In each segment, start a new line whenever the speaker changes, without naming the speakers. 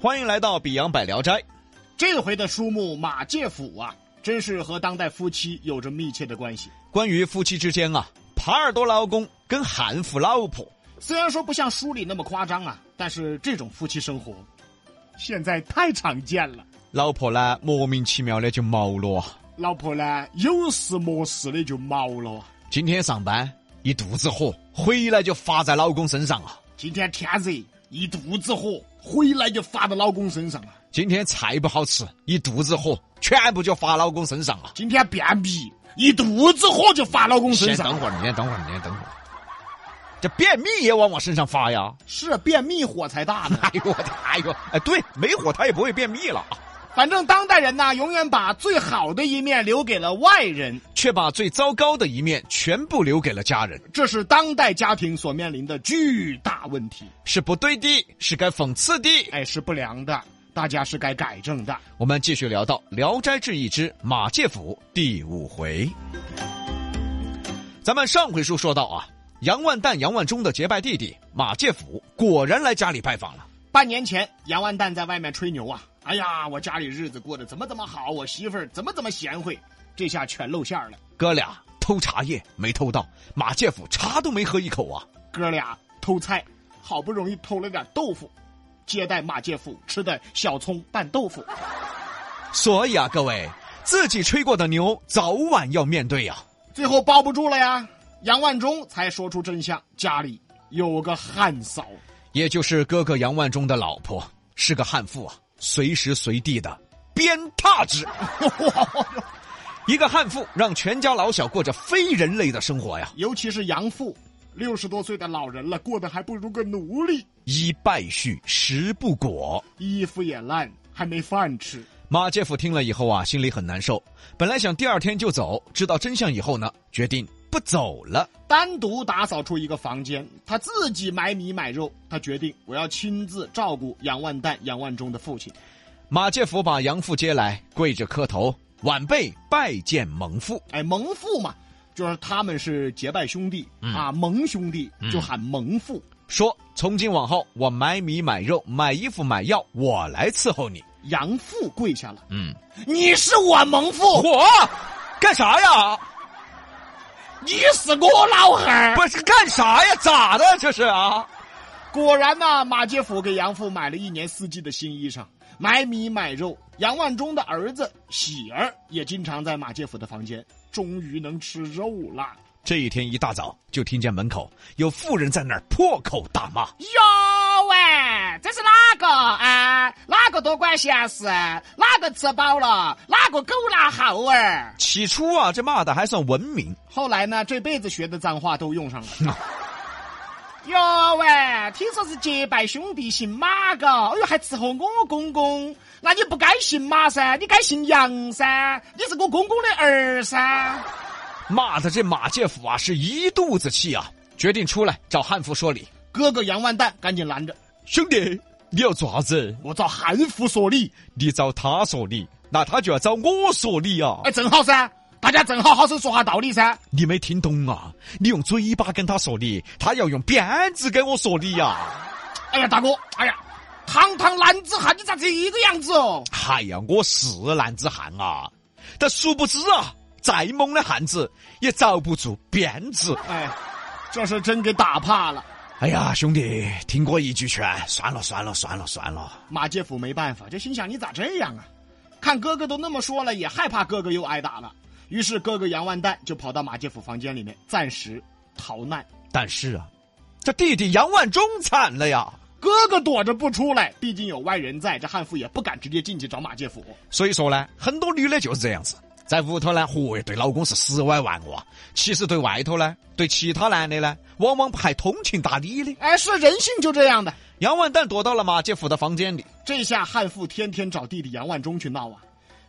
欢迎来到《比洋百聊斋》。
这回的书目《马介甫》啊，真是和当代夫妻有着密切的关系。
关于夫妻之间啊，耙耳朵老公跟韩服老婆，
虽然说不像书里那么夸张啊，但是这种夫妻生活现在太常见了。
老婆呢莫名其妙的就毛了啊。
老婆呢，有事没事的就毛了。啊
今天上班一肚子火，回来就发在老公身上啊。
今天天热，一肚子火，回来就发到老公身上啊。
今天菜不好吃，一肚子火，全部就发老公身上啊。
今天便秘，一肚子火就发老公身
先
上
等会
啊。
儿，你先等会儿，你先等会儿。这便秘也往我身上发呀！
是啊便秘火才大呢。
哎呦我的，哎呦，哎，对，没火他也不会便秘了啊，
反正当代人呐，永远把最好的一面留给了外人，
却把最糟糕的一面全部留给了家人，
这是当代家庭所面临的巨大问题。
是不对的，是该讽刺的。
哎，是不良的，大家是该改正的。
我们继续聊到《聊斋志异》之马介甫第五回。咱们上回书说到啊，杨万蛋、杨万忠的结拜弟弟马介甫果然来家里拜访了。
半年前，杨万蛋在外面吹牛啊，哎呀，我家里日子过得怎么怎么好，我媳妇儿怎么怎么贤惠，这下全露馅儿了。
哥俩偷茶叶没偷到，马介甫茶都没喝一口啊。
哥俩偷菜，好不容易偷了点豆腐，接待马介甫吃的小葱拌豆腐。
所以啊，各位，自己吹过的牛早晚要面对呀、啊
最后包不住了呀，杨万忠才说出真相，家里有个汉嫂。
也就是哥哥杨万忠的老婆是个悍妇啊，随时随地的鞭挞之。 一个悍妇让全家老小过着非人类的生活呀，
尤其是杨父，六十多岁的老人了，过得还不如个奴隶，
一败絮，十不果。
衣服也烂，还没饭吃。
马介甫听了以后啊，心里很难受。本来想第二天就走，知道真相以后呢，决定不走了。
单独打扫出一个房间，他自己买米买肉。他决定，我要亲自照顾杨万蛋、杨万忠的父亲。
马介甫把杨父接来，跪着磕头，晚辈拜见蒙父。
哎，蒙父嘛，就是他们是结拜兄弟、啊，蒙兄弟就喊蒙父。
说从今往后，我买米买肉，买衣服买药，我来伺候你。
杨父跪下了，
嗯，
你是我蒙 父，
火干啥呀？
你是我老汉儿。
不是干啥呀？咋的？这是啊？
果然呐、马介甫给杨父买了一年四季的新衣裳，买米买肉。杨万忠的儿子喜儿也经常在马介甫的房间，终于能吃肉了。
这一天一大早就听见门口有妇人在那儿破口大骂。
哟喂，这是哪个啊？哪个多管闲事？哪个吃饱了？哪个狗拿耗儿？
起初啊，这骂的还算文明，
后来呢，这辈子学的脏话都用上了。哟喂，听说是结拜兄弟姓马嘎，哎呦还伺候我公公，那你不该姓马噻，你该姓杨噻，你是我公公的儿噻。
骂的这马介甫啊是一肚子气啊，决定出来找汉服说理。
哥哥杨万蛋赶紧拦着，
兄弟，你要做啥子？
我找韩服说理，
你找他说理，那他就要找我说理啊！
哎，正好噻，大家正好好生说下道理噻。
你没听懂啊？你用嘴巴跟他说理，他要用鞭子跟我啊说理呀、
哎呀，大哥，哎呀，堂堂男子汉，你咋这个样子哦？
哎呀，我是男子汉啊，但殊不知啊，再猛的汉子也遭不住鞭子。
哎，这是真给打怕了。
哎呀，兄弟，听过一句劝，算了算了算了算了。
马介甫没办法，就心想你咋这样啊？看哥哥都那么说了，也害怕哥哥又挨打了。于是哥哥杨万蛋就跑到马介甫房间里面暂时逃难。
但是啊，这弟弟杨万忠惨了呀，
哥哥躲着不出来，毕竟有外人在，这悍妇也不敢直接进去找马介甫。
所以说呢，很多女的就是这样子，在屋头呢，嚯哟，对老公是十歪万恶，其实对外头呢，对其他男的呢，往往还通情达理的。
哎，是人性就这样的。
杨万蛋躲到了马介甫的房间里，
这下悍妇天天找弟弟杨万忠去闹啊！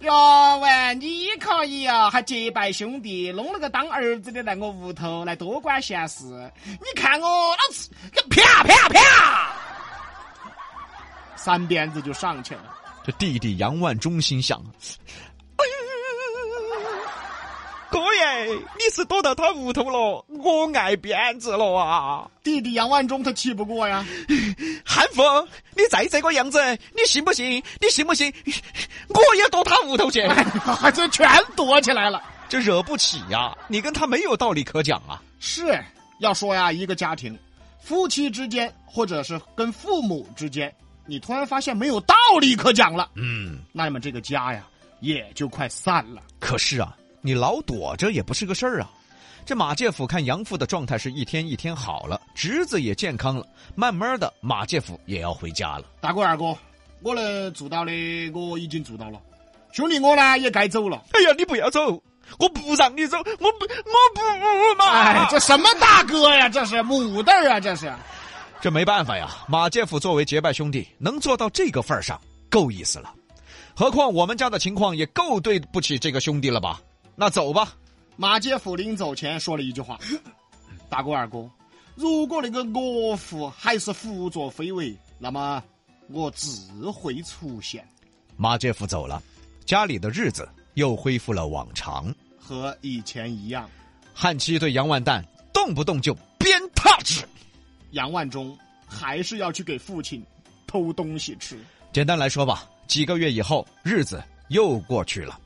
哟喂，你可以啊，还结拜兄弟，弄了个当儿子的来我屋头来多管闲事。你看我老子，啪啪啪，三鞭子就上去了。
这弟弟杨万忠心想：哎呀，哥耶，你是躲到他屋头了，我挨鞭子了啊！
弟弟杨万忠他气不过呀，
汉服，你再这个样子，你信不信？你信不信？我也躲他屋头去，
哎这全躲起来了。
这惹不起呀、你跟他没有道理可讲啊！
是要说呀，一个家庭，夫妻之间或者是跟父母之间，你突然发现没有道理可讲了，
嗯，
那么这个家呀也就快散了。
可是啊，你老躲着也不是个事儿啊。这马介甫看杨父的状态是一天一天好了，侄子也健康了，慢慢的马介甫也要回家了。
大哥二哥，我能做到的我已经做到了，兄弟我呢也该走了。
哎呀，你不要走，我不让你走，我不，我不嘛
哎，这什么大哥呀？这是母蛋儿啊！这是
这没办法呀，马介甫作为结拜兄弟，能做到这个份儿上，够意思了。何况我们家的情况也够对不起这个兄弟了吧？那走吧，
马介甫临走前说了一句话：“大哥二哥，如果那个岳父还是胡作非为，那么我自会出现。
马介甫走了，家里的日子又恢复了往常。
和以前一样。
汉七对杨万蛋动不动就鞭挞之。
杨万忠还是要去给父亲偷东西吃。
简单来说吧，几个月以后，日子又过去了。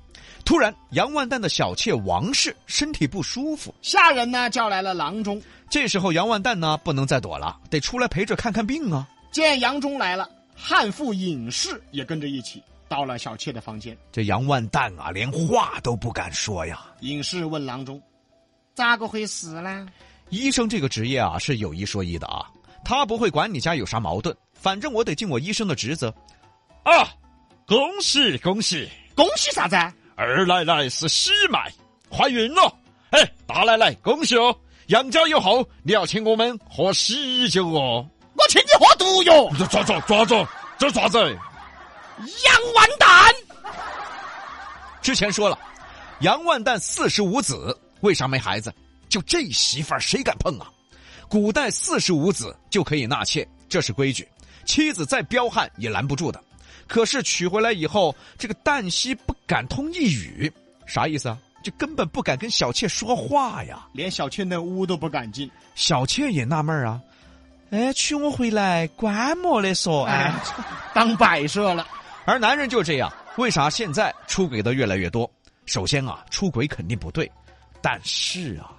突然，杨万蛋的小妾王氏身体不舒服，
下人呢叫来了郎中，
这时候杨万蛋呢不能再躲了，得出来陪着看看病啊。
见杨忠来了，汉妇尹氏也跟着一起到了小妾的房间。
这杨万蛋啊，连话都不敢说呀。
尹氏问郎中：“咋个回事呢
医生这个职业啊是有一说一的啊，他不会管你家有啥矛盾，反正我得尽我医生的职责。啊，恭喜恭喜，？”
恭喜啥子？
二奶奶是喜脉，怀孕了。哎，大奶奶恭喜哦！养家有后，你要请我们喝喜酒哦。
我请你喝毒药，
抓住抓住，这爪子！
杨万蛋！
之前说了，杨万蛋四十五子，为啥没孩子？就这媳妇儿谁敢碰啊？古代四十五子就可以纳妾，这是规矩，妻子再彪悍也拦不住的。可是娶回来以后，这个旦夕不敢通一语，啥意思啊？就根本不敢跟小妾说话呀。
连小妾那屋都不敢进。
小妾也纳闷儿啊，哎，娶我回来观摩的说，
哎，，当摆设了。
而男人就这样，为啥现在出轨的越来越多？首先啊，出轨肯定不对，但是啊，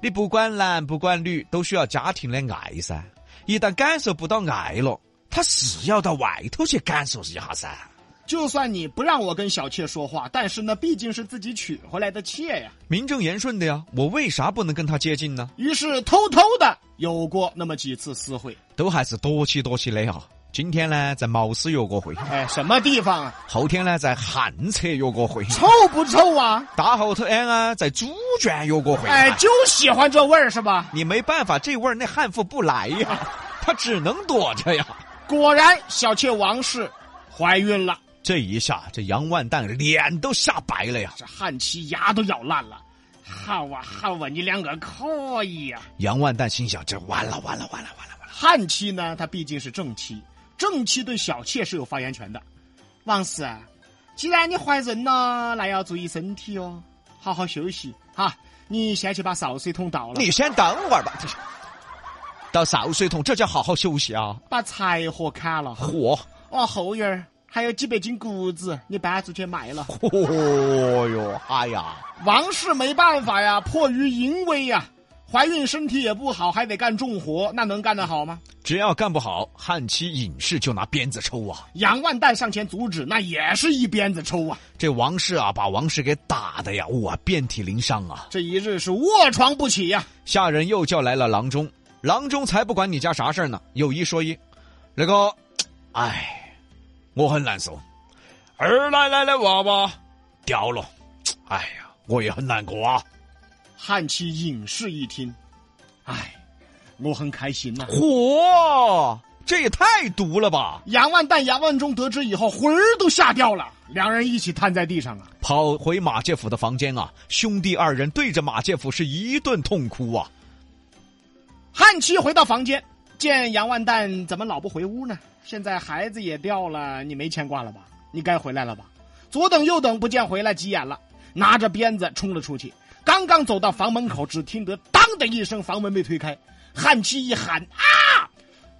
你不管男不管女，都需要家庭的爱噻。一旦感受不到爱了，他是要到外头去感受一下噻。
就算你不让我跟小妾说话，但是呢，毕竟是自己娶回来的妾呀。
名正言顺的呀，我为啥不能跟他接近呢？
于是偷偷的有过那么几次私会。
都还是躲起躲起的哈。今天呢，在茅斯约个会，
哎，什么地方啊？
后天呢，在旱厕约个会。
臭不臭啊？
大后头安啊，在猪圈约过回啊来。
哎，就喜欢这味儿是吧？
你没办法，这味儿那汉服不来 呀，他只能躲着呀。
果然，小妾王氏怀孕了，
这一下，这杨万蛋脸都吓白了呀。
这汉七牙都咬烂了。好啊，好啊，你两个可以啊呀、
杨万蛋心想：这完了，完了，完了，完了，完了。
汉妻呢，她毕竟是正妻，正妻对小妾是有发言权的。王氏，啊既然你怀孕了，那要注意身体哦，好好休息哈。你先去把潲水桶倒了，
你先等会儿吧，这是到潲水桶，这叫好好休息啊。
把柴火砍了，
嚯，
哦，后院儿还有几百斤谷子，你搬出去卖了。
嚯哟，哎呀，
王氏没办法呀，迫于淫威呀，怀孕身体也不好，还得干重活，那能干得好吗？
只要干不好，汉妻尹氏就拿鞭子抽啊。
杨万蛋上前阻止，那也是一鞭子抽啊！
这王氏啊，把王氏给打的呀，哇，遍体鳞伤啊。
这一日是卧床不起呀、
下人又叫来了郎中，郎中才不管你家啥事儿呢。有一说一，那个，哎，我很难受，二奶奶的娃娃掉了，哎呀，我也很难过啊。
汉妻尹氏一听，唉，我很开心呐、
嚯，这也太毒了吧！
杨万蛋、杨万忠得知以后，魂儿都吓掉了，两人一起瘫在地上啊。
跑回马介甫的房间啊，兄弟二人对着马介甫是一顿痛哭啊。
汉妻回到房间，见杨万蛋怎么老不回屋呢？现在孩子也掉了，你没牵挂了吧？你该回来了吧？左等右等不见回来，急眼了，拿着鞭子冲了出去。刚刚走到房门口，只听得“当”的一声，房门被推开，汉七一喊啊！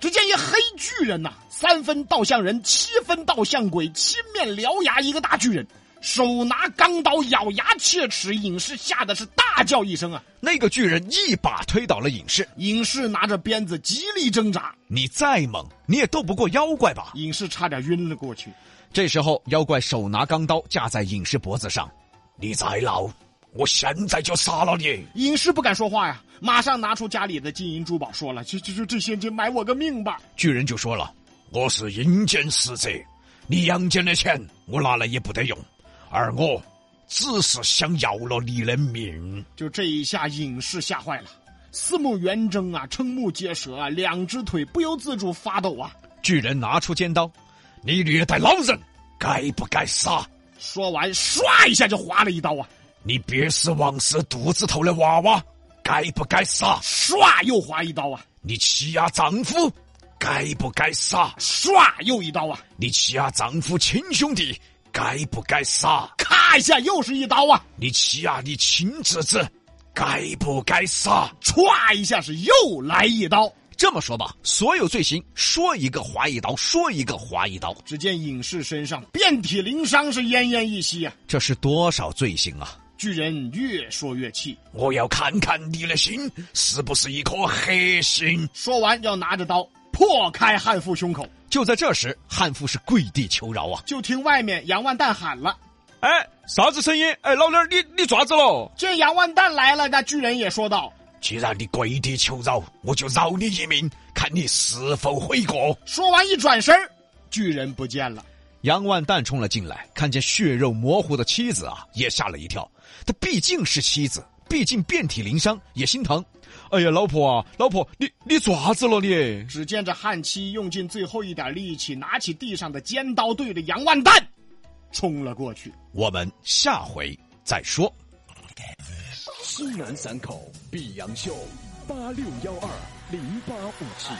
只见一黑巨人呐、三分倒像人，七分倒像鬼，七面獠牙，一个大巨人，手拿钢刀，咬牙切齿。隐士吓得是大叫一声啊！
那个巨人一把推倒了隐士。
隐士拿着鞭子极力挣扎，
你再猛，你也斗不过妖怪吧？
隐士差点晕了过去。
这时候，妖怪手拿钢刀架在隐士脖子上，你再闹，我现在就杀了你！
隐士不敢说话呀，马上拿出家里的金银珠宝，说了：“这这这这些就买我个命吧！”
巨人就说了：“我是阴间使者，你阳间的钱我拿来也不得用，而我只是想要了你的命。
就这一下，隐士吓坏了，四目圆睁啊，瞠目结舌啊，两只腿不由自主发抖啊。”
巨人拿出尖刀，你虐待老人，该不该杀？
说完，唰一下就划了一刀啊，
你憋死王氏肚子头的娃娃，该不该杀？
唰又划一刀啊，
你欺压丈夫，该不该杀？
唰又一刀啊，
你欺压丈夫亲兄弟，该不该杀？
咔一下又是一刀啊，
你欺压你亲侄子，该不该杀？
歘一下是又来一刀。
这么说吧，所有罪行说一个划一刀，说一个划一刀，
只见隐士身上遍体鳞伤，是奄奄一息啊。
这是多少罪行啊！
巨人越说越气，
我要看看你的心是不是一颗黑心。
说完要拿着刀破开汉妇胸口，
就在这时，汉妇是跪地求饶啊！
就听外面杨万蛋喊了。
哎，啥子声音？哎，老娘儿，你你爪子喽？
见杨万蛋来了，那巨人也说道。
既然你跪地求饶，我就饶你一命，看你是否悔过。
说完一转身儿，巨人不见了。
杨万蛋冲了进来，看见血肉模糊的妻子啊，也吓了一跳。他毕竟是妻子，毕竟遍体鳞伤，也心疼。哎呀，老婆啊，老婆，你你爪子了你？
只见这汉七用尽最后一点力气，拿起地上的尖刀，对着杨万蛋冲了过去。
我们下回再说。
西南散口碧阳秀，八六幺二零八五七。